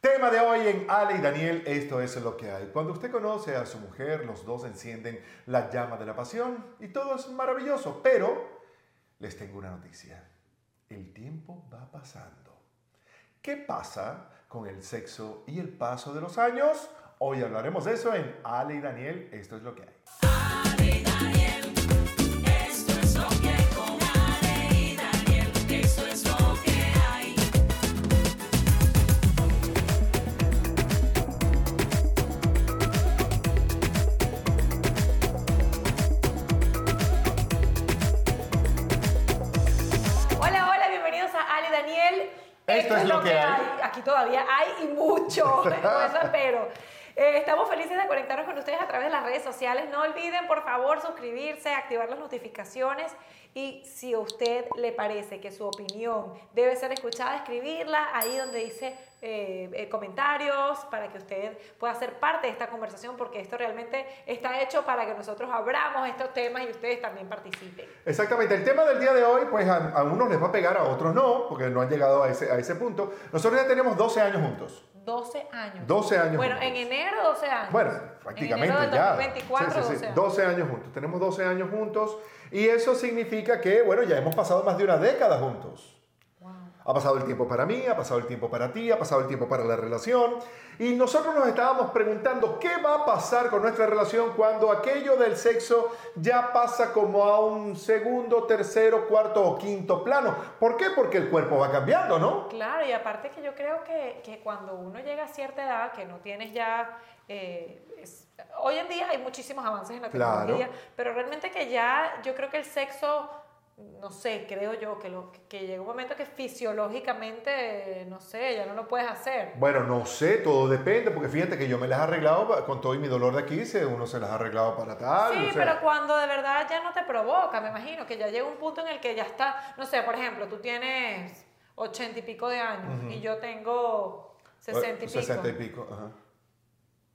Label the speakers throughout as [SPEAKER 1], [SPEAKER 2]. [SPEAKER 1] tema de hoy en Ale y Daniel, esto es lo que hay. Cuando usted conoce a su mujer, los dos encienden la llama de la pasión y todo es maravilloso, pero les tengo una noticia. El tiempo va pasando. ¿Qué pasa con el sexo y el paso de los años? Hoy hablaremos de eso en Ale y Daniel, esto es lo que hay.
[SPEAKER 2] Ale y Daniel, esto es lo que hay con Ale y Daniel, esto es lo que hay.
[SPEAKER 3] Hola, hola, bienvenidos a Ale y Daniel.
[SPEAKER 1] Esto es lo que hay.
[SPEAKER 3] Aquí todavía hay y mucho, no es pero. eh, estamos felices de conectarnos con ustedes a través de las redes sociales. No olviden, por favor, suscribirse, activar las notificaciones y si a usted le parece que su opinión debe ser escuchada, escribirla ahí donde dice eh, eh, comentarios para que usted pueda ser parte de esta conversación porque esto realmente está hecho para que nosotros abramos estos temas y ustedes también participen.
[SPEAKER 1] Exactamente, el tema del día de hoy, pues a, a unos les va a pegar, a otros no, porque no han llegado a ese, a ese punto. Nosotros ya tenemos 12 años juntos.
[SPEAKER 3] 12 años.
[SPEAKER 1] 12 años
[SPEAKER 3] Bueno,
[SPEAKER 1] juntos.
[SPEAKER 3] en enero 12 años.
[SPEAKER 1] Bueno, prácticamente
[SPEAKER 3] en enero de
[SPEAKER 1] ya.
[SPEAKER 3] 2024,
[SPEAKER 1] Sí, sí, sí,
[SPEAKER 3] 12 años.
[SPEAKER 1] 12 años juntos. Tenemos 12 años juntos y eso significa que, bueno, ya hemos pasado más de una década juntos.
[SPEAKER 3] Wow.
[SPEAKER 1] Ha pasado el tiempo para mí, ha pasado el tiempo para ti, ha pasado el tiempo para la relación. Y nosotros nos estábamos preguntando qué va a pasar con nuestra relación cuando aquello del sexo ya pasa como a un segundo, tercero, cuarto o quinto plano. ¿Por qué? Porque el cuerpo va cambiando, ¿no?
[SPEAKER 3] Claro, y aparte que yo creo que, que cuando uno llega a cierta edad, que no tienes ya... eh, es- hoy en día hay muchísimos avances en la
[SPEAKER 1] Claro.
[SPEAKER 3] tecnología, pero realmente que ya yo creo que el sexo, no sé, creo yo que, lo, que llega un momento que fisiológicamente, eh, no sé, ya no lo puedes hacer.
[SPEAKER 1] Bueno, no sé, todo depende, porque fíjate que yo me las he arreglado pa- con todo y mi dolor de aquí, se- uno se las ha arreglado para tal.
[SPEAKER 3] Sí,
[SPEAKER 1] o eh, sea.
[SPEAKER 3] pero cuando de verdad ya no te provoca, me imagino que ya llega un punto en el que ya está, no sé, por ejemplo, tú tienes ochenta y pico de años y yo tengo sesenta y pico.
[SPEAKER 1] 60 y pico, ajá.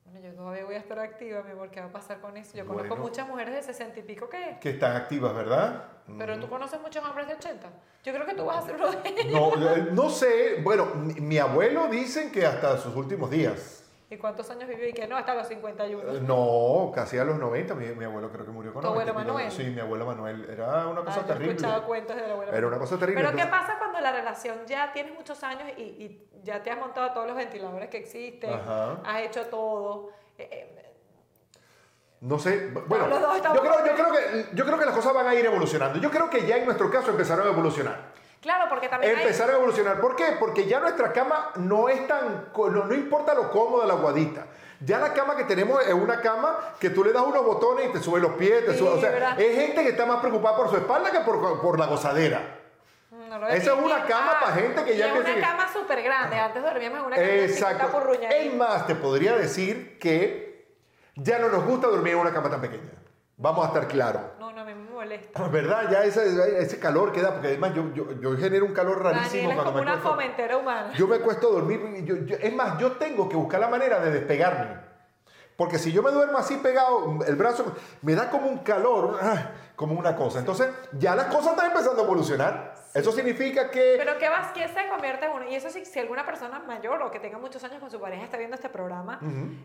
[SPEAKER 3] Bueno, yo todavía voy a estar activa, mi amor, ¿qué va a pasar con eso? Yo
[SPEAKER 1] Bueno.
[SPEAKER 3] conozco muchas mujeres de sesenta y pico que...
[SPEAKER 1] Que están activas, ¿verdad?
[SPEAKER 3] Pero tú conoces muchos hombres de 80. Yo creo que tú vas a ser uno de ellos.
[SPEAKER 1] No, eh, no sé, bueno, mi, mi abuelo dicen que hasta sus últimos días.
[SPEAKER 3] ¿Y cuántos años vivió? Y que no, hasta los 51.
[SPEAKER 1] Eh, No, casi a los 90, mi, mi abuelo creo que murió con
[SPEAKER 3] ¿Tu abuelo
[SPEAKER 1] 90 y pico.
[SPEAKER 3] Manuel?
[SPEAKER 1] Sí, mi abuelo Manuel, era una cosa
[SPEAKER 3] Ah, yo he
[SPEAKER 1] terrible.
[SPEAKER 3] escuchado cuentos de la abuela.
[SPEAKER 1] Era una cosa terrible,
[SPEAKER 3] Pero ¿qué
[SPEAKER 1] entonces-
[SPEAKER 3] pasa cuando la relación ya tienes muchos años y, y ya te has montado todos los ventiladores que existen,
[SPEAKER 1] Ajá.
[SPEAKER 3] has hecho todo? Eh, eh,
[SPEAKER 1] No sé, b- bueno,
[SPEAKER 3] los dos
[SPEAKER 1] yo
[SPEAKER 3] estamos-
[SPEAKER 1] creo, yo, creo que, yo creo que las cosas van a ir evolucionando. Yo creo que ya en nuestro caso empezaron a evolucionar.
[SPEAKER 3] claro, porque también hay...
[SPEAKER 1] Empezaron a evolucionar. ¿Por qué? Porque ya nuestra cama no es tan, co- no, no importa lo cómoda la guadita. Ya la cama que tenemos es una cama que tú le das unos botones y te sube los pies, te
[SPEAKER 3] Sí,
[SPEAKER 1] sube- o sea,
[SPEAKER 3] ¿verdad?
[SPEAKER 1] es gente que está más preocupada por su espalda que por, por la gozadera.
[SPEAKER 3] Mm, No lo
[SPEAKER 1] Esa es
[SPEAKER 3] definen.
[SPEAKER 1] una cama pa' gente que ya
[SPEAKER 3] y es
[SPEAKER 1] piensa
[SPEAKER 3] una
[SPEAKER 1] que-
[SPEAKER 3] cama súper grande. Antes dormíamos en una cama chiquita
[SPEAKER 1] Exacto.
[SPEAKER 3] curruñadita.
[SPEAKER 1] Es más, te podría decir que ya no nos gusta dormir en una cama tan pequeña. Vamos a estar claros.
[SPEAKER 3] No, no, a mí me molesta.
[SPEAKER 1] ¿Verdad? Ya ese, ese calor que da, porque además yo, yo, yo genero un calor rarísimo
[SPEAKER 3] Daniel es
[SPEAKER 1] cuando
[SPEAKER 3] como
[SPEAKER 1] me
[SPEAKER 3] una
[SPEAKER 1] acuesto.
[SPEAKER 3] fomentera humana.
[SPEAKER 1] Yo me acuesto a dormir. yo- yo- es más, yo tengo que buscar la manera de despegarme. Porque si yo me duermo así pegado, el brazo me da como un calor, ah, como una cosa. Entonces, ya las cosas están empezando a evolucionar. Eso significa que.
[SPEAKER 3] Pero qué vas, que se convierte en uno. Y eso sí, si alguna persona mayor o que tenga muchos años con su pareja está viendo este programa,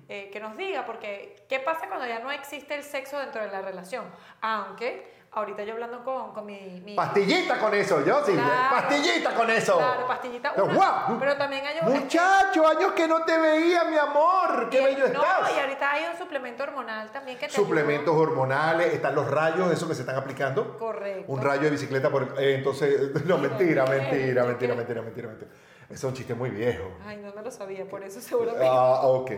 [SPEAKER 3] eh, que nos diga, porque ¿qué pasa cuando ya no existe el sexo dentro de la relación? Aunque ahorita yo hablando con, con mi... mi-
[SPEAKER 1] Pastillita con eso, yo sí.
[SPEAKER 3] Claro.
[SPEAKER 1] Pastillita con eso.
[SPEAKER 3] Claro, pastillita.
[SPEAKER 1] Pero,
[SPEAKER 3] una-
[SPEAKER 1] guau.
[SPEAKER 3] pero también hay un...
[SPEAKER 1] Muchacho, años que no te veía, mi amor. Qué
[SPEAKER 3] y-
[SPEAKER 1] bello
[SPEAKER 3] no,
[SPEAKER 1] estás.
[SPEAKER 3] y ahorita hay un suplemento hormonal también que te
[SPEAKER 1] Suplementos
[SPEAKER 3] ayuda.
[SPEAKER 1] hormonales, están los rayos, eso que se están aplicando.
[SPEAKER 3] Correcto.
[SPEAKER 1] Un rayo de bicicleta por. eh, entonces, no, mentira,
[SPEAKER 3] Ay,
[SPEAKER 1] mentira,
[SPEAKER 3] ¿qué?
[SPEAKER 1] mentira, mentira, mentira, mentira. Eso es un chiste muy viejo.
[SPEAKER 3] Ay, no me lo sabía, por eso seguramente...
[SPEAKER 1] Ah, ok.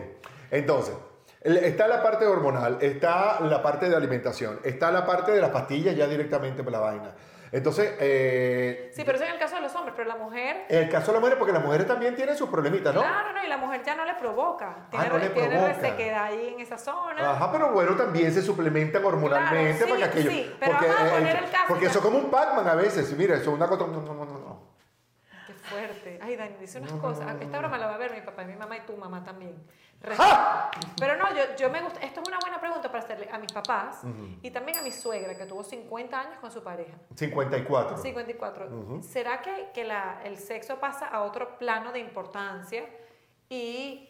[SPEAKER 1] Entonces, el- está la parte hormonal, está la parte de alimentación, está la parte de las pastillas ya directamente por la vaina. Entonces, eh,
[SPEAKER 3] Sí, pero eso en el caso de los hombres, pero la mujer...
[SPEAKER 1] El caso de las mujeres, porque las mujeres también tienen sus problemitas, ¿no? Ah,
[SPEAKER 3] Claro, no, y la mujer ya no le provoca. Tiene,
[SPEAKER 1] no le
[SPEAKER 3] tiene
[SPEAKER 1] provoca. Ah.
[SPEAKER 3] resequedad ahí en esa zona.
[SPEAKER 1] Ajá, pero bueno, también se suplementan hormonalmente
[SPEAKER 3] Claro, sí,
[SPEAKER 1] para que aquello.
[SPEAKER 3] sí, pero
[SPEAKER 1] porque
[SPEAKER 3] vamos a
[SPEAKER 1] eh,
[SPEAKER 3] poner el caso
[SPEAKER 1] porque
[SPEAKER 3] ya.
[SPEAKER 1] eso es como un Pac-Man a veces. Mira, eso es una cosa. no, no, no, no, no.
[SPEAKER 3] Qué fuerte. Ay, Dani, dice unas cosas. Ah, Esta broma la va a ver mi papá y mi mamá y tu mamá también. Re-
[SPEAKER 1] ¡Ja!
[SPEAKER 3] Pero no, yo, yo me gusta. Esto es una buena pregunta para hacerle a mis papás y también a mi suegra, que tuvo 50 años con su pareja.
[SPEAKER 1] 54.
[SPEAKER 3] 54. ¿Será que, que la- el sexo pasa a otro plano de importancia y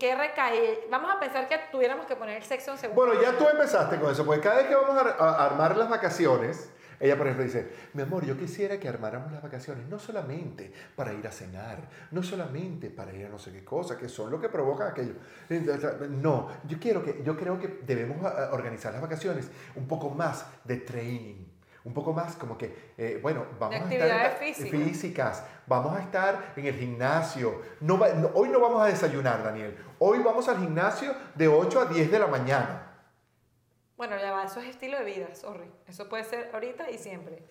[SPEAKER 3] qué recae? Vamos a pensar que tuviéramos que poner el sexo en segundo.
[SPEAKER 1] Bueno, ya tú empezaste con eso, porque cada vez que vamos a, ar- a armar las vacaciones, ella, por ejemplo, dice, mi amor, yo quisiera que armáramos las vacaciones no solamente para ir a cenar, no solamente para ir a no sé qué cosa, que son lo que provocan aquello. Entonces, No, yo, quiero que, yo creo que debemos ah, ah, organizar las vacaciones un poco más de training. Un poco más como que, eh, bueno, vamos a estar... en
[SPEAKER 3] actividades
[SPEAKER 1] ta-
[SPEAKER 3] físicas.
[SPEAKER 1] físicas, vamos a estar en el gimnasio. No va- no- hoy no vamos a desayunar, Daniel. Hoy vamos al gimnasio de 8 a 10 de la mañana.
[SPEAKER 3] Bueno, ya va, eso es estilo de vida, sorry. Eso puede ser ahorita y siempre.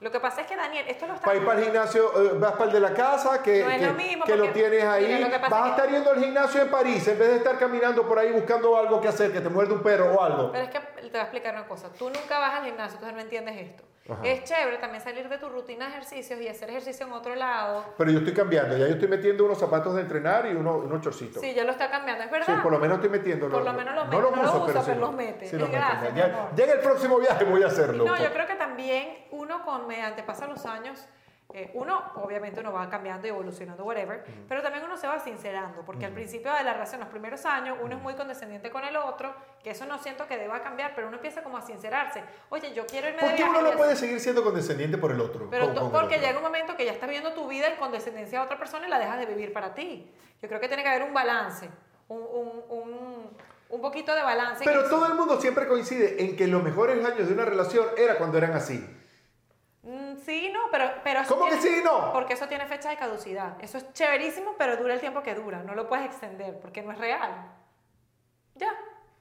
[SPEAKER 3] Lo que pasa es que Daniel, esto lo está...
[SPEAKER 1] Para ir para el gimnasio, eh, vas para el de la casa, que,
[SPEAKER 3] No es
[SPEAKER 1] que-
[SPEAKER 3] lo mismo,
[SPEAKER 1] que lo
[SPEAKER 3] porque-
[SPEAKER 1] tienes ahí.
[SPEAKER 3] mira, lo que pasa
[SPEAKER 1] vas a
[SPEAKER 3] es que-
[SPEAKER 1] estar yendo al gimnasio en París en vez de estar caminando por ahí buscando algo que hacer, que te muerde un perro o algo.
[SPEAKER 3] Pero es que te voy a explicar una cosa. Tú nunca vas al gimnasio, entonces no entiendes esto.
[SPEAKER 1] Ajá.
[SPEAKER 3] Es chévere también salir de tu rutina de ejercicios y hacer ejercicio en otro lado.
[SPEAKER 1] Pero yo estoy cambiando, ya yo estoy metiendo unos zapatos de entrenar y unos, unos chorcitos.
[SPEAKER 3] Sí, ya lo está cambiando, es
[SPEAKER 1] Sí,
[SPEAKER 3] verdad.
[SPEAKER 1] por lo menos estoy metiendo.
[SPEAKER 3] Por lo menos los mete, no los usa, pero
[SPEAKER 1] lo-
[SPEAKER 3] los mete.
[SPEAKER 1] sí los meto.
[SPEAKER 3] Gracias,
[SPEAKER 1] Ya-
[SPEAKER 3] mi amor.
[SPEAKER 1] Llega el próximo viaje, voy a hacerlo.
[SPEAKER 3] No, yo creo que también uno con mediante pasan los años, eh, uno obviamente uno va cambiando y evolucionando, whatever, pero también uno se va sincerando, porque al principio de la relación, los primeros años, uno es muy condescendiente con el otro, que eso no siento que deba cambiar, pero uno empieza como a sincerarse. Oye, yo quiero irme de
[SPEAKER 1] ¿Por qué
[SPEAKER 3] viaje
[SPEAKER 1] uno
[SPEAKER 3] y
[SPEAKER 1] no
[SPEAKER 3] así.
[SPEAKER 1] puede seguir siendo condescendiente por el otro?
[SPEAKER 3] Pero
[SPEAKER 1] Con-
[SPEAKER 3] tú-
[SPEAKER 1] con el
[SPEAKER 3] porque
[SPEAKER 1] otro.
[SPEAKER 3] llega un momento que ya estás viendo tu vida en condescendencia a otra persona y la dejas de vivir para ti. Yo creo que tiene que haber un balance, un, un- un- un poquito de balance.
[SPEAKER 1] Pero
[SPEAKER 3] que-
[SPEAKER 1] todo el mundo siempre coincide en que los mejores años de una relación era cuando eran así.
[SPEAKER 3] Mm, Sí, no, pero... pero eso
[SPEAKER 1] ¿Cómo que
[SPEAKER 3] tiene-
[SPEAKER 1] sí y no?
[SPEAKER 3] Porque eso tiene fecha de caducidad. Eso es chéverísimo, pero dura el tiempo que dura. No lo puedes extender porque no es real. Ya,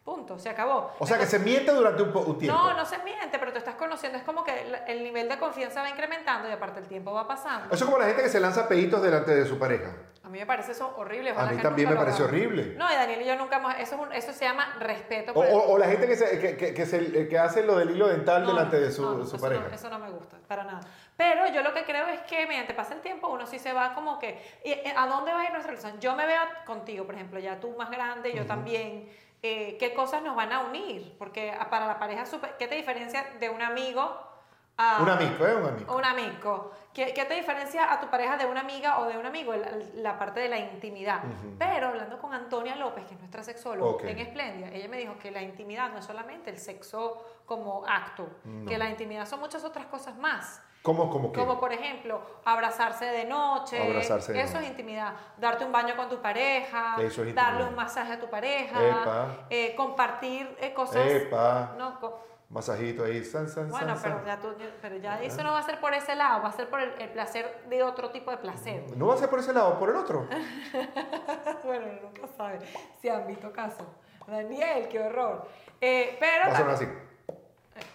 [SPEAKER 3] punto, se acabó.
[SPEAKER 1] O sea, que se miente durante un, po- un tiempo.
[SPEAKER 3] No, no se miente, pero te estás conociendo. Es como que el, el nivel de confianza va incrementando y aparte el tiempo va pasando.
[SPEAKER 1] Eso es como la gente que se lanza peitos delante de su pareja.
[SPEAKER 3] A mí me parece eso horrible.
[SPEAKER 1] A
[SPEAKER 3] ojalá
[SPEAKER 1] mí
[SPEAKER 3] que
[SPEAKER 1] también me
[SPEAKER 3] nunca lo
[SPEAKER 1] parece
[SPEAKER 3] hagamos.
[SPEAKER 1] horrible.
[SPEAKER 3] No, y Daniel y yo nunca hemos... Eso, es un- eso se llama respeto.
[SPEAKER 1] O,
[SPEAKER 3] por el-
[SPEAKER 1] o- o la gente que, se- que- que- que se- que hace lo del hilo dental
[SPEAKER 3] No,
[SPEAKER 1] delante
[SPEAKER 3] no,
[SPEAKER 1] de su,
[SPEAKER 3] no,
[SPEAKER 1] su
[SPEAKER 3] eso
[SPEAKER 1] pareja.
[SPEAKER 3] no, eso no me gusta, para nada. Pero yo lo que creo es que mediante pasa el tiempo, uno sí se va como que, ¿y, eh, ¿a dónde va a ir nuestra relación? Yo me veo contigo, por ejemplo, ya tú más grande, yo también. eh, ¿Qué cosas nos van a unir? Porque a- para la pareja, super- ¿qué te diferencia de un amigo a
[SPEAKER 1] Un amigo, ¿eh? Un amigo.
[SPEAKER 3] o Un amigo. ¿Qué, qué te diferencia a tu pareja de una amiga o de un amigo? La, la parte de la intimidad.
[SPEAKER 1] Ujú.
[SPEAKER 3] Pero hablando con Antonia López, que es nuestra sexóloga
[SPEAKER 1] Ok.
[SPEAKER 3] en Esplendia, ella me dijo que la intimidad no es solamente el sexo como acto,
[SPEAKER 1] No.
[SPEAKER 3] que la intimidad son muchas otras cosas más.
[SPEAKER 1] ¿Cómo, cómo qué?
[SPEAKER 3] Como por ejemplo, abrazarse de noche,
[SPEAKER 1] Abrazarse de
[SPEAKER 3] eso
[SPEAKER 1] noche.
[SPEAKER 3] es intimidad. Darte un baño con tu pareja,
[SPEAKER 1] Eso es intimidad.
[SPEAKER 3] darle un masaje a tu pareja,
[SPEAKER 1] Epa.
[SPEAKER 3] eh, compartir eh, cosas.
[SPEAKER 1] Epa.
[SPEAKER 3] No, co-
[SPEAKER 1] Masajito ahí. san, san,
[SPEAKER 3] bueno,
[SPEAKER 1] san,
[SPEAKER 3] pero
[SPEAKER 1] san.
[SPEAKER 3] ya, tú- pero ya eso no va a ser por ese lado, va a ser por el, el placer de otro tipo de placer.
[SPEAKER 1] No va a ser por ese lado, por el otro.
[SPEAKER 3] bueno, uno nunca sabe si han visto caso. Daniel, qué horror. Eh, pero
[SPEAKER 1] Va a sonar así.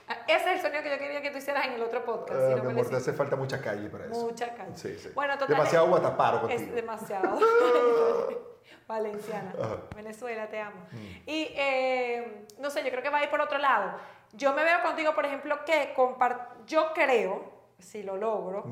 [SPEAKER 3] Ah, ese es el sonido que yo quería que tú hicieras en el otro podcast. si
[SPEAKER 1] Ah,
[SPEAKER 3] no
[SPEAKER 1] mi
[SPEAKER 3] me lo
[SPEAKER 1] amor, te
[SPEAKER 3] hiciste.
[SPEAKER 1] hace falta mucha calle para eso.
[SPEAKER 3] Mucha calle.
[SPEAKER 1] Sí, sí.
[SPEAKER 3] Bueno, total,
[SPEAKER 1] Demasiado
[SPEAKER 3] es-
[SPEAKER 1] guataparo
[SPEAKER 3] Es
[SPEAKER 1] contigo.
[SPEAKER 3] demasiado. Valenciana.
[SPEAKER 1] Ajá. Mm.
[SPEAKER 3] Venezuela, te amo. Y eh, no sé, yo creo que va a ir por otro lado. Yo me veo contigo, por ejemplo, que compar- yo creo, si lo logro,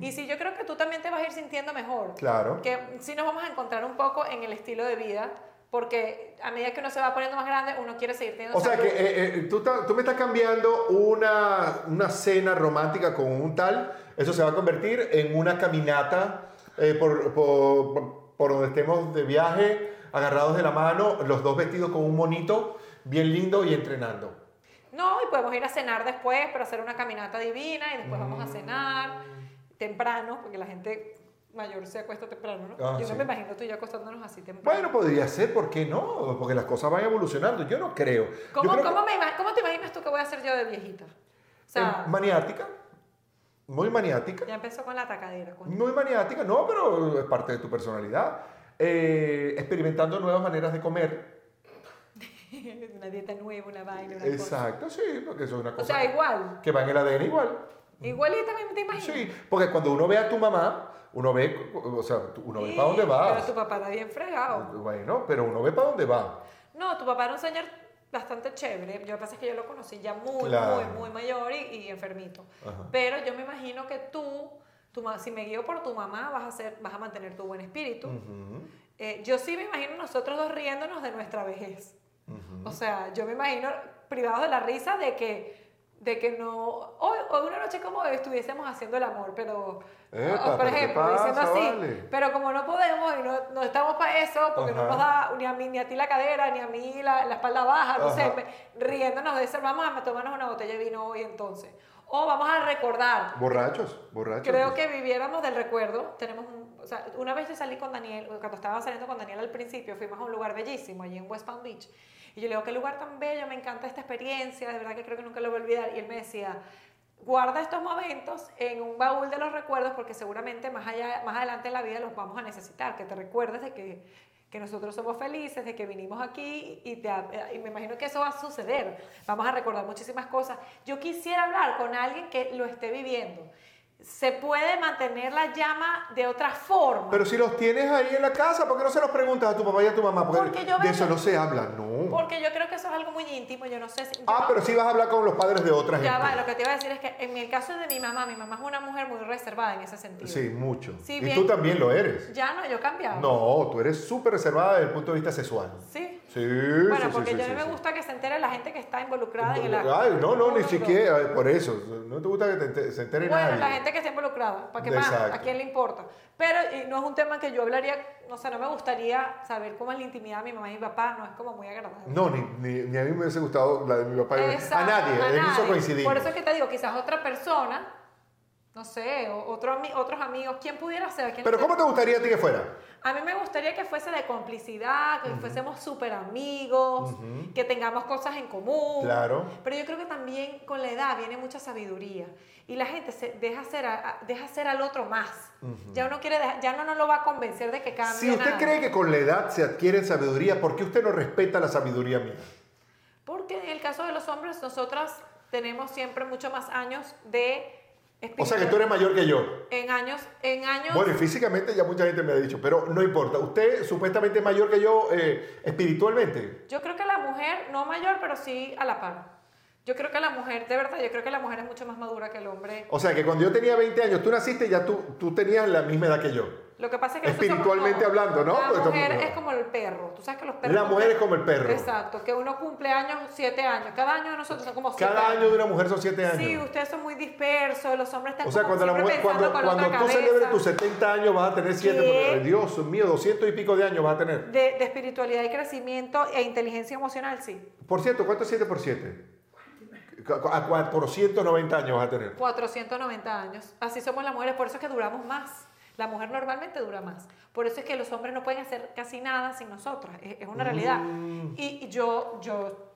[SPEAKER 3] y si yo creo que tú también te vas a ir sintiendo mejor.
[SPEAKER 1] Claro.
[SPEAKER 3] Que si nos vamos a encontrar un poco en el estilo de vida, porque a medida que uno se va poniendo más grande, uno quiere seguir teniendo
[SPEAKER 1] O sea que
[SPEAKER 3] salud.
[SPEAKER 1] eh, eh, tú, ta- tú me estás cambiando una, una cena romántica con un tal, eso se va a convertir en una caminata eh, por, por- por donde estemos de viaje, agarrados de la mano, los dos vestidos con un monito, bien lindo y entrenando.
[SPEAKER 3] No, y podemos ir a cenar después, pero hacer una caminata divina y después vamos a cenar
[SPEAKER 1] Mm.
[SPEAKER 3] temprano, porque la gente mayor se acuesta temprano, ¿no?
[SPEAKER 1] Ah,
[SPEAKER 3] yo
[SPEAKER 1] sí.
[SPEAKER 3] no me imagino tú y yo acostándonos así temprano.
[SPEAKER 1] Bueno, podría ser, ¿por qué no? Porque las cosas van evolucionando, yo no creo. Yo
[SPEAKER 3] ¿Cómo,
[SPEAKER 1] creo que-
[SPEAKER 3] cómo me ima- cómo te imaginas tú que voy a hacer yo de viejita? O sea,
[SPEAKER 1] eh, maniática, muy maniática.
[SPEAKER 3] ya empezó con la atacadera. coño.
[SPEAKER 1] Muy maniática, no, pero es parte de tu personalidad. Eh, experimentando nuevas maneras de comer.
[SPEAKER 3] una dieta nueva, una vaina, una cosa.
[SPEAKER 1] Exacto, sí, porque eso es una
[SPEAKER 3] O
[SPEAKER 1] cosa
[SPEAKER 3] sea, igual.
[SPEAKER 1] que va en el ADN igual.
[SPEAKER 3] Igualita me te imaginas.
[SPEAKER 1] mm. Sí, porque cuando uno ve a tu mamá, uno ve, o sea, tú- uno ve
[SPEAKER 3] Sí,
[SPEAKER 1] para dónde
[SPEAKER 3] Pero tu
[SPEAKER 1] va.
[SPEAKER 3] papá está bien fregado.
[SPEAKER 1] Bueno, pero uno ve para dónde va.
[SPEAKER 3] No, tu papá era un señor bastante chévere. Yo lo que pasa es que yo lo conocí ya muy,
[SPEAKER 1] Claro.
[SPEAKER 3] muy, muy mayor y, y enfermito.
[SPEAKER 1] Ajá.
[SPEAKER 3] Pero yo me imagino que tú, tu ma- si me guío por tu mamá, vas a, ser, vas a mantener tu buen espíritu.
[SPEAKER 1] Ujú,
[SPEAKER 3] Eh, yo sí me imagino nosotros dos riéndonos de nuestra vejez.
[SPEAKER 1] ujú.
[SPEAKER 3] O sea, yo me imagino privados de la risa de que de que no, hoy, hoy una noche como estuviésemos haciendo el amor, pero,
[SPEAKER 1] Epa,
[SPEAKER 3] o, por
[SPEAKER 1] pero ¿qué
[SPEAKER 3] ejemplo,
[SPEAKER 1] pasa,
[SPEAKER 3] diciendo así,
[SPEAKER 1] vale?
[SPEAKER 3] pero como no podemos y no, no estamos para eso, porque no
[SPEAKER 1] Ajá.
[SPEAKER 3] nos da ni a, mí, ni a ti la cadera, ni a mí la, la espalda baja, no sé,
[SPEAKER 1] Ajá.
[SPEAKER 3] me- riéndonos de eso, vamos a tomarnos una botella de vino hoy entonces, o vamos a recordar,
[SPEAKER 1] Borrachos, borrachos.
[SPEAKER 3] Creo
[SPEAKER 1] pues.
[SPEAKER 3] que viviéramos del recuerdo. Tenemos un- o sea, una vez yo salí con Daniel, cuando estaba saliendo con Daniel al principio, fuimos a un lugar bellísimo allí en West Palm Beach. Y yo le digo, qué lugar tan bello, me encanta esta experiencia, de verdad que creo que nunca lo voy a olvidar. Y él me decía, guarda estos momentos en un baúl de los recuerdos porque seguramente más, allá, más adelante en la vida los vamos a necesitar, que te recuerdes de que, que nosotros somos felices, de que vinimos aquí y, te ha- y me imagino que eso va a suceder. Vamos a recordar muchísimas cosas. Yo quisiera hablar con alguien que lo esté viviendo se puede mantener la llama de otra forma.
[SPEAKER 1] Pero si los tienes ahí en la casa, ¿por qué no se los preguntas a tu papá y a tu mamá? Porque,
[SPEAKER 3] Porque yo
[SPEAKER 1] de
[SPEAKER 3] veo-
[SPEAKER 1] eso no se habla, no.
[SPEAKER 3] porque yo creo que eso es algo muy íntimo, yo no sé si...
[SPEAKER 1] Ah, pero sí vas a hablar con los padres de otra gente.
[SPEAKER 3] Ya va, lo que te iba a decir es que en el caso de mi mamá, mi mamá es una mujer muy reservada en ese sentido.
[SPEAKER 1] Sí, mucho.
[SPEAKER 3] Sí,
[SPEAKER 1] y
[SPEAKER 3] bien.
[SPEAKER 1] tú también lo eres.
[SPEAKER 3] Ya no, yo cambiaba.
[SPEAKER 1] No, tú eres súper reservada desde el punto de vista sexual.
[SPEAKER 3] Sí.
[SPEAKER 1] Sí,
[SPEAKER 3] Bueno,
[SPEAKER 1] sí, sí,
[SPEAKER 3] porque
[SPEAKER 1] sí,
[SPEAKER 3] yo a
[SPEAKER 1] sí,
[SPEAKER 3] mí me
[SPEAKER 1] sí.
[SPEAKER 3] gusta que se entere la gente que está involucrada en el acto.
[SPEAKER 1] Ay, no, no, ni
[SPEAKER 3] no.
[SPEAKER 1] siquiera, ay, por eso. No te gusta que te enter- se entere
[SPEAKER 3] Bueno,
[SPEAKER 1] nadie.
[SPEAKER 3] la gente que está involucrada, ¿para qué más?
[SPEAKER 1] Exacto.
[SPEAKER 3] ¿A quién le importa? Pero y no es un tema que yo hablaría, no sé, no me gustaría saber cómo es la intimidad de mi mamá y mi papá, no es como muy agradable.
[SPEAKER 1] No, ni, ni, ni a mí me hubiese gustado la de mi papá. y- a
[SPEAKER 3] Exacto,
[SPEAKER 1] nadie,
[SPEAKER 3] a
[SPEAKER 1] en eso
[SPEAKER 3] nadie.
[SPEAKER 1] coincidimos.
[SPEAKER 3] Por eso es que te digo, quizás otra persona, no sé, o- otro ami- otros amigos, ¿quién pudiera ser? ¿Quién
[SPEAKER 1] Pero
[SPEAKER 3] sé?
[SPEAKER 1] ¿cómo te gustaría a ti que fuera?
[SPEAKER 3] A mí me gustaría que fuese de complicidad, que fuésemos súper amigos, que tengamos cosas en común.
[SPEAKER 1] Claro.
[SPEAKER 3] Pero yo creo que también con la edad viene mucha sabiduría y la gente se deja hacer, a- a- deja hacer al otro más. Ya uno quiere, dejar- ya no, no lo va a convencer de que cambie
[SPEAKER 1] Si usted
[SPEAKER 3] nada.
[SPEAKER 1] cree que con la edad se adquiere sabiduría, ¿por qué usted no respeta la sabiduría mía?
[SPEAKER 3] Porque en el caso de los hombres, nosotras tenemos siempre mucho más años de
[SPEAKER 1] O sea que tú eres mayor que yo.
[SPEAKER 3] En años, en años.
[SPEAKER 1] Bueno, y físicamente ya mucha gente me ha dicho, pero no importa. Usted supuestamente es mayor que yo eh, espiritualmente.
[SPEAKER 3] yo creo que la mujer, no mayor, pero sí a la par. Yo creo que la mujer, de verdad, yo creo que la mujer es mucho más madura que el hombre.
[SPEAKER 1] O sea que cuando yo tenía 20 años, tú naciste y ya tú, tú tenías la misma edad que yo.
[SPEAKER 3] Lo que pasa es que nosotros
[SPEAKER 1] Espiritualmente
[SPEAKER 3] somos-
[SPEAKER 1] hablando, ¿no? Pues
[SPEAKER 3] La
[SPEAKER 1] estamos-
[SPEAKER 3] mujer es como el perro. Tú sabes que los perros.
[SPEAKER 1] La mujer es como el perro.
[SPEAKER 3] Exacto, que uno cumple años, siete años. Cada año de nosotros son como siete
[SPEAKER 1] Cada año de una mujer son 7 años.
[SPEAKER 3] Sí, ustedes son muy dispersos, los hombres están
[SPEAKER 1] o sea,
[SPEAKER 3] como
[SPEAKER 1] cuando, la
[SPEAKER 3] siempre
[SPEAKER 1] mujer, cuando,
[SPEAKER 3] pensando con
[SPEAKER 1] cuando
[SPEAKER 3] otra
[SPEAKER 1] tú celebres
[SPEAKER 3] cabeza.
[SPEAKER 1] tus 70 años vas a tener 7.
[SPEAKER 3] ¿Qué?
[SPEAKER 1] Porque, Dios mío, 200 y pico de años vas a tener.
[SPEAKER 3] de, de espiritualidad y crecimiento e inteligencia emocional, sí.
[SPEAKER 1] Por cierto, ¿cuánto es 7 por 7? A 490 años vas a tener.
[SPEAKER 3] 490 años. Así somos las mujeres, por eso es que duramos más. La mujer normalmente dura más. Por eso es que los hombres no pueden hacer casi nada sin nosotras. Es, es una realidad. Y, y yo, yo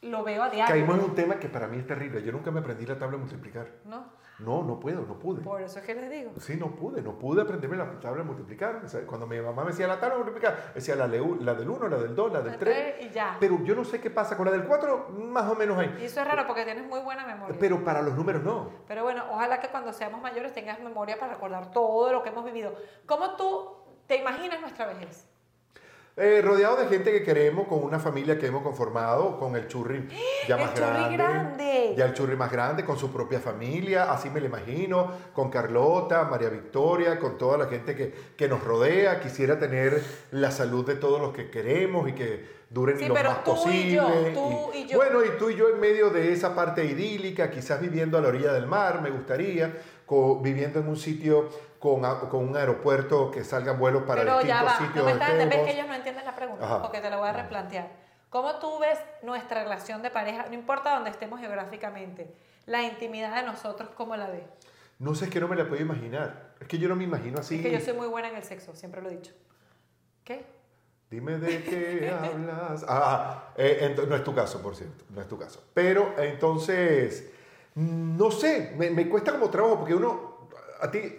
[SPEAKER 3] lo veo a diario.
[SPEAKER 1] Mm. Caímos en un tema que para mí es terrible. Yo nunca me aprendí la tabla de multiplicar.
[SPEAKER 3] ¿no?
[SPEAKER 1] No, no puedo, no pude.
[SPEAKER 3] Por eso es que les digo.
[SPEAKER 1] Sí, no pude, no pude aprenderme la tabla de multiplicar. O sea, cuando mi mamá me decía la tabla de multiplicar, decía la, leu- la del 1, la del 2, la del 3.
[SPEAKER 3] Y ya.
[SPEAKER 1] Pero yo no sé qué pasa con la del 4, más o menos
[SPEAKER 3] Y
[SPEAKER 1] ahí.
[SPEAKER 3] eso es raro porque tienes muy buena memoria. Pero,
[SPEAKER 1] Pero para los números no.
[SPEAKER 3] bueno, ojalá que cuando seamos mayores tengas memoria para recordar todo lo que hemos vivido. ¿Cómo tú te imaginas nuestra vejez?
[SPEAKER 1] Eh, rodeado de gente que queremos, con una familia que hemos conformado, con el churri ya
[SPEAKER 3] ¡Eh! ¡El
[SPEAKER 1] más
[SPEAKER 3] churri
[SPEAKER 1] grande,
[SPEAKER 3] grande!
[SPEAKER 1] Ya el churri más grande, con su propia familia, así me lo imagino, con Carlota, María Victoria, con toda la gente que, que nos rodea. Quisiera tener la salud de todos los que queremos y que duren
[SPEAKER 3] Sí,
[SPEAKER 1] lo
[SPEAKER 3] pero
[SPEAKER 1] más
[SPEAKER 3] tú y yo,
[SPEAKER 1] posible.
[SPEAKER 3] tú y yo.
[SPEAKER 1] Bueno, y tú y yo en medio de esa parte idílica, quizás viviendo a la orilla del mar, me gustaría, co- viviendo en un sitio con, a- con un aeropuerto que salgan vuelos para
[SPEAKER 3] Pero ya
[SPEAKER 1] distintos
[SPEAKER 3] va,
[SPEAKER 1] sitios.
[SPEAKER 3] no me estás, ves
[SPEAKER 1] extremos.
[SPEAKER 3] que ellos no entienden la pregunta,
[SPEAKER 1] Ajá.
[SPEAKER 3] porque te la voy a replantear. ¿Cómo tú ves nuestra relación de pareja, no importa dónde estemos geográficamente, la intimidad de nosotros, cómo la ves?
[SPEAKER 1] No sé, es que no me la puedo imaginar. Es que yo no me imagino así.
[SPEAKER 3] Es que yo soy muy buena en el sexo, siempre lo he dicho. ¿Qué?
[SPEAKER 1] Dime de qué hablas. Ah, eh, ento- no es tu caso, por cierto. No es tu caso. Pero entonces, no sé, me, me cuesta como trabajo porque uno, a ti...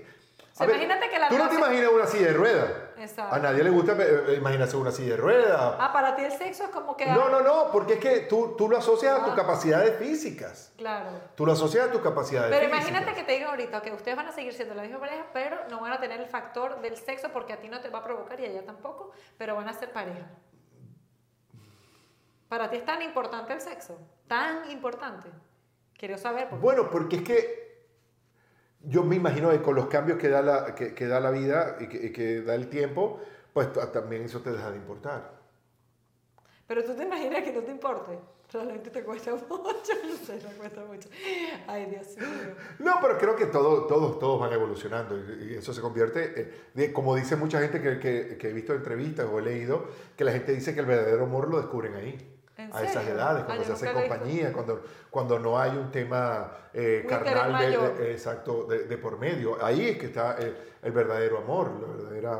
[SPEAKER 3] O sea, imagínate que la
[SPEAKER 1] Tú no te
[SPEAKER 3] clase-
[SPEAKER 1] imaginas una silla de rueda.
[SPEAKER 3] Exacto.
[SPEAKER 1] A nadie le gusta eh, eh, imaginarse una silla de rueda.
[SPEAKER 3] Ah, para ti el sexo es como que...
[SPEAKER 1] No, no, no, porque es que tú, tú lo asocias a tus
[SPEAKER 3] Ah.
[SPEAKER 1] capacidades físicas.
[SPEAKER 3] Claro.
[SPEAKER 1] Tú lo asocias a tus capacidades
[SPEAKER 3] Pero
[SPEAKER 1] físicas.
[SPEAKER 3] imagínate que te digan ahorita que ustedes van a seguir siendo la misma pareja, pero no van a tener el factor del sexo porque a ti no te va a provocar y a ella tampoco, pero van a ser pareja. Para ti es tan importante el sexo, tan importante. Quiero saber por qué.
[SPEAKER 1] Bueno, porque es que yo me imagino que con los cambios que da la, que, que da la vida y que, y que da el tiempo, pues t- también eso te deja de importar.
[SPEAKER 3] Pero tú te imaginas que no te importe. Realmente te cuesta mucho, no sé, te cuesta mucho. Ay, Dios mío.
[SPEAKER 1] No, pero creo que todo, todos, todos van evolucionando y, y eso se convierte, eh, de- como dice mucha gente que, que- que he visto en entrevistas o he leído, que la gente dice que el verdadero amor lo descubren ahí.
[SPEAKER 3] ¿En
[SPEAKER 1] A esas
[SPEAKER 3] serio?
[SPEAKER 1] edades,
[SPEAKER 3] Ah,
[SPEAKER 1] cuando
[SPEAKER 3] yo
[SPEAKER 1] se hace
[SPEAKER 3] nunca lo he visto.
[SPEAKER 1] compañía, cuando, cuando no hay un tema eh,
[SPEAKER 3] Un
[SPEAKER 1] carnal
[SPEAKER 3] interés
[SPEAKER 1] de- de,
[SPEAKER 3] mayor.
[SPEAKER 1] exacto, de, de por medio. Ahí es que está el, el verdadero amor, la verdadera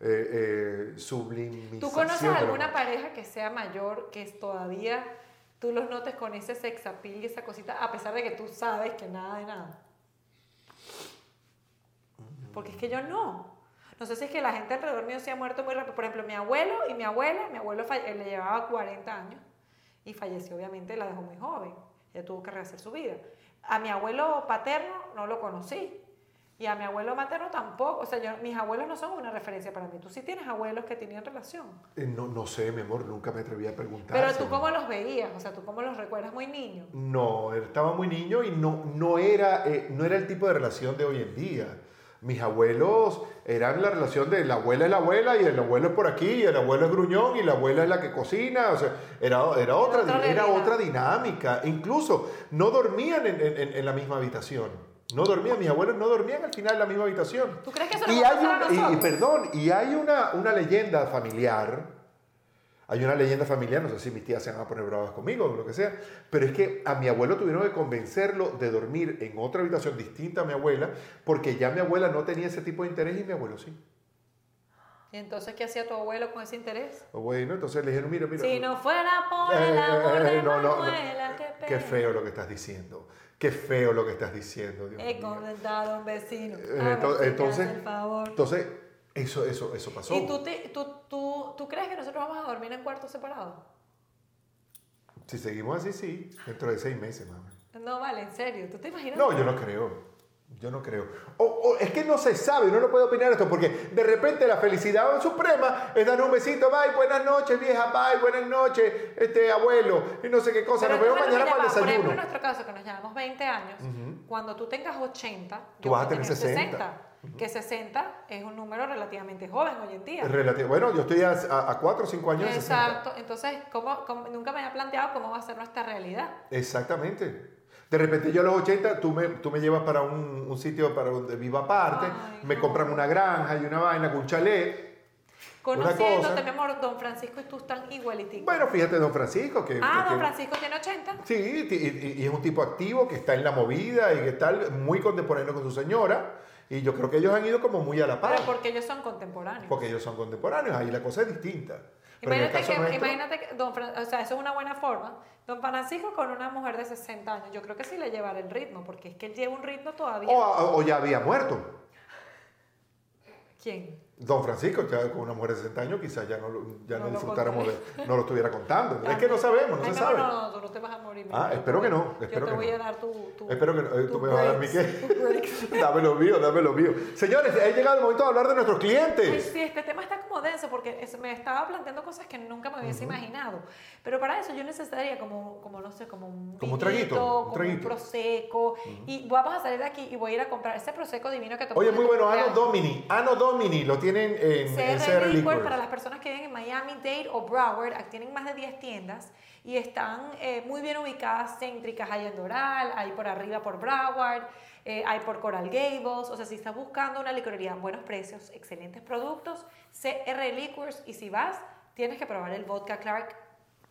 [SPEAKER 1] eh, eh, sublimización.
[SPEAKER 3] ¿Tú conoces
[SPEAKER 1] del
[SPEAKER 3] alguna
[SPEAKER 1] amor.
[SPEAKER 3] pareja que sea mayor, que es todavía tú los notes con ese sex appeal y esa cosita, a pesar de que tú sabes que nada de nada? Porque es que yo no. No sé si es que la gente alrededor mío se ha muerto muy rápido. Por ejemplo, mi abuelo y mi abuela, mi abuelo falle- él le llevaba 40 años y falleció, obviamente, la dejó muy joven. Ella tuvo que rehacer su vida. A mi abuelo paterno no lo conocí. Y a mi abuelo materno tampoco. O sea, yo- mis abuelos no son una referencia para mí. Tú sí tienes abuelos que tenían relación.
[SPEAKER 1] Eh, no, no sé, mi amor, nunca me atreví a preguntar.
[SPEAKER 3] Pero tú cómo los veías, o sea, tú cómo los recuerdas muy niño.
[SPEAKER 1] No, estaba muy niño y no, no, era, eh, no era el tipo de relación de hoy en día. Mis abuelos eran la relación de la abuela es la abuela y el abuelo es por aquí y el abuelo es gruñón y la abuela es la que cocina. O sea, era, era, otra,
[SPEAKER 3] otra
[SPEAKER 1] era
[SPEAKER 3] realidad.
[SPEAKER 1] otra dinámica. Incluso no dormían en, en- en- en la misma habitación. No dormían, mis abuelos no dormían al final en la misma habitación.
[SPEAKER 3] ¿Tú crees que eso nos
[SPEAKER 1] Y
[SPEAKER 3] va a
[SPEAKER 1] hay
[SPEAKER 3] pasar a
[SPEAKER 1] una- y- y,
[SPEAKER 3] nosotros?
[SPEAKER 1] perdón, y hay una, una leyenda familiar. Hay una leyenda familiar, no sé si mis tías se van a poner bravas conmigo o lo que sea, pero es que a mi abuelo tuvieron que convencerlo de dormir en otra habitación distinta a mi abuela, porque ya mi abuela no tenía ese tipo de interés y mi abuelo sí.
[SPEAKER 3] ¿Y entonces qué hacía tu abuelo con ese interés?
[SPEAKER 1] Bueno, entonces le dijeron, mira, mira.
[SPEAKER 3] Si no fuera por
[SPEAKER 1] Eh,
[SPEAKER 3] el amor
[SPEAKER 1] eh,
[SPEAKER 3] de
[SPEAKER 1] eh, no, no, no.
[SPEAKER 3] Manuela, qué pena.
[SPEAKER 1] Qué feo lo que estás diciendo. Qué feo lo que estás diciendo, Dios
[SPEAKER 3] He
[SPEAKER 1] mío.
[SPEAKER 3] comentado a un vecino.
[SPEAKER 1] Eh,
[SPEAKER 3] A ver
[SPEAKER 1] ento-
[SPEAKER 3] si Ah, me
[SPEAKER 1] entonces-
[SPEAKER 3] hace el favor.
[SPEAKER 1] Entonces, eso, eso, eso pasó.
[SPEAKER 3] ¿Y tú, te- tú, tú, tú crees que nosotros vamos a dormir en cuartos separados?
[SPEAKER 1] Si seguimos así, sí, dentro de seis meses, mamá.
[SPEAKER 3] No, vale, en serio. ¿Tú te imaginas?
[SPEAKER 1] No, yo no creo. Yo no creo. O, o es que no se sabe, uno no puede opinar esto, porque de repente la felicidad suprema es dar un besito, bye, buenas noches, vieja, bye, buenas noches, este abuelo, y no sé qué cosa.
[SPEAKER 3] Pero
[SPEAKER 1] Nos vemos
[SPEAKER 3] tú, bueno,
[SPEAKER 1] mañana
[SPEAKER 3] mira,
[SPEAKER 1] para el
[SPEAKER 3] va, Por ejemplo,
[SPEAKER 1] desayuno.
[SPEAKER 3] en nuestro caso, que nos llevamos 20 años,
[SPEAKER 1] Ujú.
[SPEAKER 3] cuando tú tengas 80,
[SPEAKER 1] Tú
[SPEAKER 3] yo
[SPEAKER 1] vas a
[SPEAKER 3] voy
[SPEAKER 1] tener 60.
[SPEAKER 3] Que 60 es un número relativamente joven hoy en día.
[SPEAKER 1] Relati- bueno, yo estoy a, a, 4 o 5 años de 60.
[SPEAKER 3] Exacto. Entonces, ¿cómo- cómo- nunca me había planteado cómo va a ser nuestra realidad.
[SPEAKER 1] Exactamente. De repente yo a los 80, tú me, tú me llevas para un, un sitio para donde viva aparte,
[SPEAKER 3] Ay,
[SPEAKER 1] me
[SPEAKER 3] no.
[SPEAKER 1] compran una granja y una vaina con un chalet. Una
[SPEAKER 3] Conociéndote,
[SPEAKER 1] cosa-
[SPEAKER 3] mi amor, don Francisco y tú están igualiticos.
[SPEAKER 1] Bueno, fíjate, don Francisco, que...
[SPEAKER 3] ah,
[SPEAKER 1] que-
[SPEAKER 3] don Francisco tiene 80.
[SPEAKER 1] Sí, ti- y, y es un tipo activo que está en la movida y que está muy contemporáneo con su señora. Y yo creo que ellos han ido como muy a la par,
[SPEAKER 3] Pero porque ellos son contemporáneos.
[SPEAKER 1] porque ellos son contemporáneos, ahí la cosa es distinta. Pero en el
[SPEAKER 3] Imagínate
[SPEAKER 1] caso
[SPEAKER 3] que,
[SPEAKER 1] nuestro,
[SPEAKER 3] imagínate que don Fran- o sea, eso es una buena forma. Don Francisco con una mujer de 60 años, yo creo que sí le llevará el ritmo, porque es que él lleva un ritmo todavía.
[SPEAKER 1] o, a- o ya había muerto.
[SPEAKER 3] ¿Quién?
[SPEAKER 1] Don Francisco, ya con una mujer de 60 años, quizás ya no, lo- ya no,
[SPEAKER 3] No lo
[SPEAKER 1] disfrutáramos,
[SPEAKER 3] conté.
[SPEAKER 1] de- no lo estuviera contando. es que no sabemos, no
[SPEAKER 3] Ay,
[SPEAKER 1] se
[SPEAKER 3] mi
[SPEAKER 1] sabe.
[SPEAKER 3] amor, No, no, tú no te vas a morir. mi
[SPEAKER 1] Ah,
[SPEAKER 3] amor,
[SPEAKER 1] espero
[SPEAKER 3] yo-
[SPEAKER 1] que no,
[SPEAKER 3] Yo
[SPEAKER 1] espero
[SPEAKER 3] te
[SPEAKER 1] que
[SPEAKER 3] voy
[SPEAKER 1] no.
[SPEAKER 3] a dar tu. tu
[SPEAKER 1] Espero que no, eh, tú
[SPEAKER 3] tu
[SPEAKER 1] me vas a dar mi
[SPEAKER 3] breaks,
[SPEAKER 1] qué.
[SPEAKER 3] tu breaks.
[SPEAKER 1] dame lo mío, dame lo mío. Señores, ha llegado el momento de hablar de nuestros
[SPEAKER 3] Ay,
[SPEAKER 1] clientes.
[SPEAKER 3] sí, este tema está como denso porque es- me estaba planteando cosas que nunca me hubiese imaginado. Pero para eso yo necesitaría como, como no sé, como un,
[SPEAKER 1] Como un traguito, un
[SPEAKER 3] como
[SPEAKER 1] traguito.
[SPEAKER 3] prosecco. Y vamos a salir de aquí y voy a ir a comprar ese prosecco divino que tomamos.
[SPEAKER 1] Oye, muy bueno, Ano
[SPEAKER 3] Ano
[SPEAKER 1] Domini. Ano Domini, lo tienen en, en
[SPEAKER 3] CR
[SPEAKER 1] CR
[SPEAKER 3] Liquor
[SPEAKER 1] Liquors.
[SPEAKER 3] para las personas que viven en Miami, Dade o Broward, aquí tienen más de 10 tiendas y están eh, muy bien ubicadas, céntricas, hay en Doral, hay por arriba por Broward, eh, hay por Coral Gables, o sea, si estás buscando una licorería a buenos precios, excelentes productos, CR Liquors y si vas, tienes que probar el vodka Clark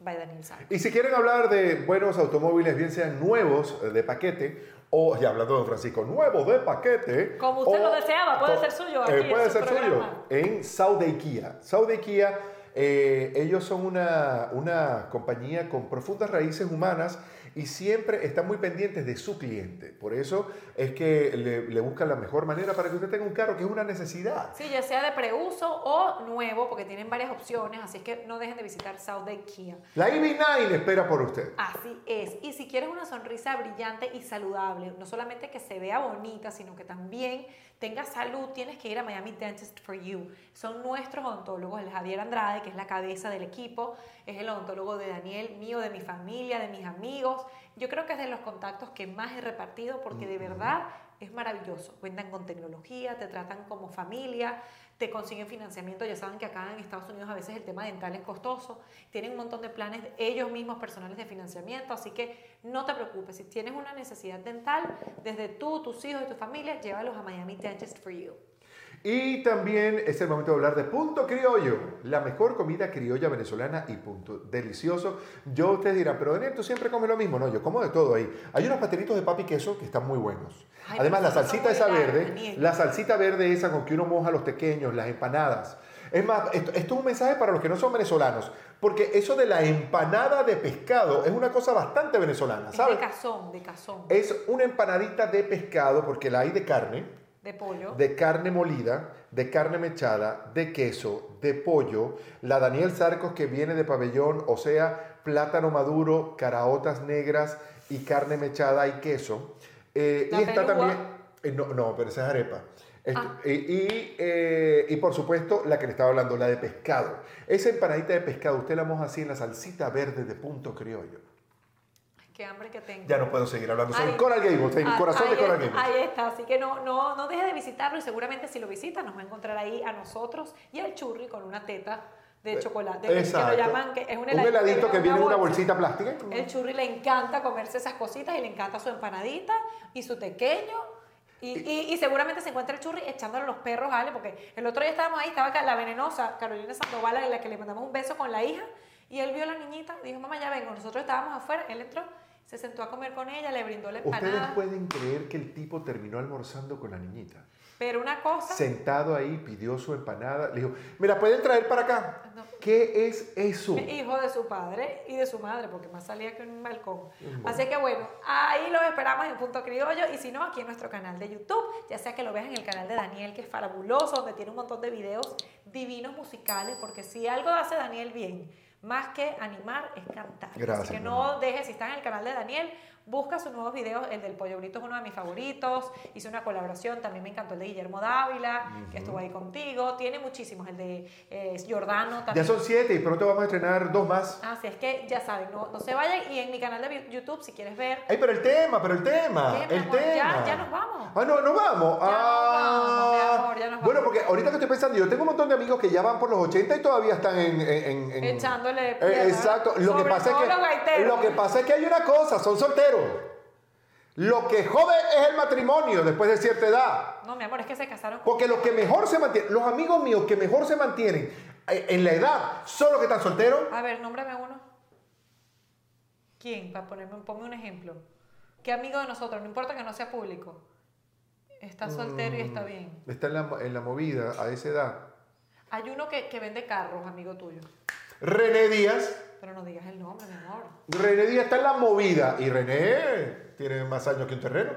[SPEAKER 3] by Daniel San.
[SPEAKER 1] Y si quieren hablar de buenos automóviles, bien sean nuevos eh, de paquete, o, y hablando de don Francisco, nuevos de paquete.
[SPEAKER 3] Como usted
[SPEAKER 1] o-
[SPEAKER 3] lo deseaba, puede
[SPEAKER 1] co-
[SPEAKER 3] ser suyo aquí en
[SPEAKER 1] puede
[SPEAKER 3] su
[SPEAKER 1] ser suyo.
[SPEAKER 3] programa.
[SPEAKER 1] En Saudi Kia. Saudi Kia, eh, ellos son una, una compañía con profundas raíces humanas y siempre están muy pendientes de su cliente. Por eso es que le, le buscan la mejor manera para que usted tenga un carro que es una necesidad.
[SPEAKER 3] Sí, ya sea de preuso o nuevo, porque tienen varias opciones, así es que no dejen de visitar South Day Kia.
[SPEAKER 1] La EV9 espera por usted.
[SPEAKER 3] Así es. Y si quieres una sonrisa brillante y saludable, no solamente que se vea bonita, sino que también tenga salud, tienes que ir a Miami Dentist for You. Son nuestros odontólogos, el Javier Andrade, que es la cabeza del equipo, es el odontólogo de Daniel, mío, de mi familia, de mis amigos. Yo creo que es de los contactos que más he repartido porque de verdad es maravilloso. Cuentan con tecnología, te tratan como familia, te consiguen financiamiento, ya saben que acá en Estados Unidos a veces el tema dental es costoso, tienen un montón de planes ellos mismos personales de financiamiento, así que no te preocupes, si tienes una necesidad dental, desde tú, tus hijos y tu familia, llévalos a Miami Dentist for You.
[SPEAKER 1] Y también es el momento de hablar de Punto Criollo, la mejor comida criolla venezolana y punto. Delicioso. Yo ustedes dirán, pero Daniel, tú siempre comes lo mismo. No, yo como de todo ahí. Hay unos pastelitos de papi queso que están muy buenos.
[SPEAKER 3] Ay,
[SPEAKER 1] Además, la
[SPEAKER 3] pero
[SPEAKER 1] salsita
[SPEAKER 3] eso
[SPEAKER 1] esa
[SPEAKER 3] no huele a
[SPEAKER 1] verde,
[SPEAKER 3] Daniel.
[SPEAKER 1] la salsita verde esa con que uno moja los pequeños, las empanadas. Es más, esto, esto es un mensaje para los que no son venezolanos, porque eso de la empanada de pescado es una cosa bastante venezolana,
[SPEAKER 3] Es de
[SPEAKER 1] ¿sabes? Eh,
[SPEAKER 3] cazón, de cazón,
[SPEAKER 1] Es una empanadita de pescado, porque la hay de carne,
[SPEAKER 3] de pollo.
[SPEAKER 1] de carne molida, de carne mechada, de queso, de pollo, la Daniel Sarcos que viene de pabellón, o sea, plátano maduro, caraotas negras y carne mechada y queso. Eh,
[SPEAKER 3] La
[SPEAKER 1] y está
[SPEAKER 3] pelúa.
[SPEAKER 1] también... eh, no, no, pero esa es arepa. Esto-
[SPEAKER 3] Ah.
[SPEAKER 1] Y, y, eh, y por supuesto la que le estaba hablando, la de pescado. Esa empanadita de pescado, usted la moja así en la salsita verde de punto criollo.
[SPEAKER 3] Ay, qué hambre que tengo.
[SPEAKER 1] Ya no puedo seguir hablando sobre
[SPEAKER 3] Ahí-
[SPEAKER 1] Coral Gables, el
[SPEAKER 3] Ah,
[SPEAKER 1] corazón de
[SPEAKER 3] ahí
[SPEAKER 1] Coral
[SPEAKER 3] es-
[SPEAKER 1] Gables.
[SPEAKER 3] Ahí está, así que no, no, no deje de visitarlo y seguramente si lo visita nos va a encontrar ahí a nosotros y al churri con una teta de chocolate. que-
[SPEAKER 1] Eh, Exacto.
[SPEAKER 3] Que lo llaman, que es un
[SPEAKER 1] un
[SPEAKER 3] heladito,
[SPEAKER 1] heladito que viene en una bolsita plástica.
[SPEAKER 3] El churri le encanta comerse esas cositas y le encanta su empanadita y su tequeño. Y, y- y seguramente se encuentra el churri echándole los perros a Ale, porque el otro día estábamos ahí, estaba la venenosa Carolina Sandoval, a la que le mandamos un beso con la hija, y él vio a la niñita, dijo, mamá, ya vengo, nosotros estábamos afuera, él entró, se sentó a comer con ella, le brindó la
[SPEAKER 1] Ustedes
[SPEAKER 3] empanada,
[SPEAKER 1] pueden creer que el tipo terminó almorzando con la niñita.
[SPEAKER 3] pero una cosa,
[SPEAKER 1] Sentado ahí, pidió su empanada. Le dijo, mira, pueden traer para acá.
[SPEAKER 3] No.
[SPEAKER 1] ¿Qué es eso?
[SPEAKER 3] hijo de su padre y de su madre, porque más salía que un balcón.
[SPEAKER 1] Bueno.
[SPEAKER 3] Así que bueno, ahí los esperamos en Punto Criollo y si no, aquí en nuestro canal de YouTube, ya sea que lo veas en el canal de Daniel, que es fabuloso, donde tiene un montón de videos divinos musicales, porque si algo hace Daniel bien, más que animar, es cantar.
[SPEAKER 1] Gracias,
[SPEAKER 3] Así que
[SPEAKER 1] mi
[SPEAKER 3] no dejes, si estás en el canal de Daniel, busca sus nuevos videos, el del Pollo Brito es uno de mis favoritos, hice una colaboración, también me encantó el de Guillermo Dávila, que estuvo ahí contigo, tiene muchísimos, el de eh, Giordano también.
[SPEAKER 1] Ya son siete y pronto vamos a estrenar dos más.
[SPEAKER 3] Así es que ya saben, no, no se vayan. Y en mi canal de YouTube, si quieres ver,
[SPEAKER 1] Ay, pero el tema, pero el tema, Ah,
[SPEAKER 3] ¿Qué, mi
[SPEAKER 1] el
[SPEAKER 3] amor? Ya-
[SPEAKER 1] tema.
[SPEAKER 3] ya nos vamos.
[SPEAKER 1] Ah, no, nos vamos.
[SPEAKER 3] Ya nos
[SPEAKER 1] ah.
[SPEAKER 3] vamos, mi amor, ya nos
[SPEAKER 1] Bueno,
[SPEAKER 3] vamos.
[SPEAKER 1] porque ahorita que estoy pensando, yo tengo un montón de amigos que ya van por los 80 y todavía están en... en- en- en-
[SPEAKER 3] Echándole
[SPEAKER 1] Eh,
[SPEAKER 3] pierna.
[SPEAKER 1] exacto. Lo que,
[SPEAKER 3] Sobre
[SPEAKER 1] pasa es
[SPEAKER 3] todo los
[SPEAKER 1] que,
[SPEAKER 3] gaiteros.
[SPEAKER 1] lo que pasa es que hay una cosa, son solteros. Lo que jode es el matrimonio después de cierta edad.
[SPEAKER 3] no, mi amor, es que se casaron con.
[SPEAKER 1] Porque los que mejor se mantienen, los amigos míos que mejor se mantienen eh, en la edad son los que están solteros.
[SPEAKER 3] A ver, nómbrame uno. ¿Quién? Para ponerme, ponme un ejemplo. ¿Qué amigo de nosotros? No importa que no sea público. Está soltero y
[SPEAKER 1] Mm.
[SPEAKER 3] está bien.
[SPEAKER 1] Está en la, en la movida a esa edad.
[SPEAKER 3] Hay uno que, que vende carros, amigo tuyo.
[SPEAKER 1] René Díaz.
[SPEAKER 3] Pero no digas el nombre, mi amor.
[SPEAKER 1] René Díaz está en la movida. Y René tiene más años que un terreno.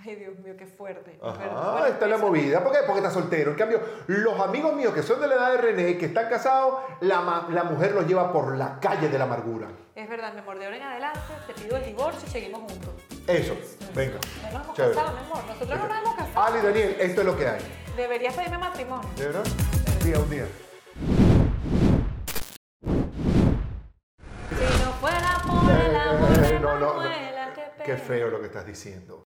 [SPEAKER 3] Ay, Dios mío, qué fuerte.
[SPEAKER 1] Ajá,
[SPEAKER 3] Perdón. Bueno,
[SPEAKER 1] está en la
[SPEAKER 3] eso-
[SPEAKER 1] movida. ¿Por qué? Porque está soltero. En cambio, los amigos míos que son de la edad de René, que están casados, la, ma- la mujer los lleva por la calle de la amargura.
[SPEAKER 3] Es verdad, mi amor, de ahora en adelante te pido el divorcio y seguimos juntos.
[SPEAKER 1] Eso. Venga.
[SPEAKER 3] No nos hemos
[SPEAKER 1] Chévere. Ah,
[SPEAKER 3] casado, mi amor. Nosotros no nos hemos casado.
[SPEAKER 1] Ali, Daniel, esto es lo que hay.
[SPEAKER 3] Deberías pedirme matrimonio.
[SPEAKER 1] ¿De verdad? Día, un día.
[SPEAKER 3] Si no fuera por el amor de
[SPEAKER 1] No, no, no.
[SPEAKER 3] Manuela, qué
[SPEAKER 1] Qué
[SPEAKER 3] pena.
[SPEAKER 1] feo lo que estás diciendo.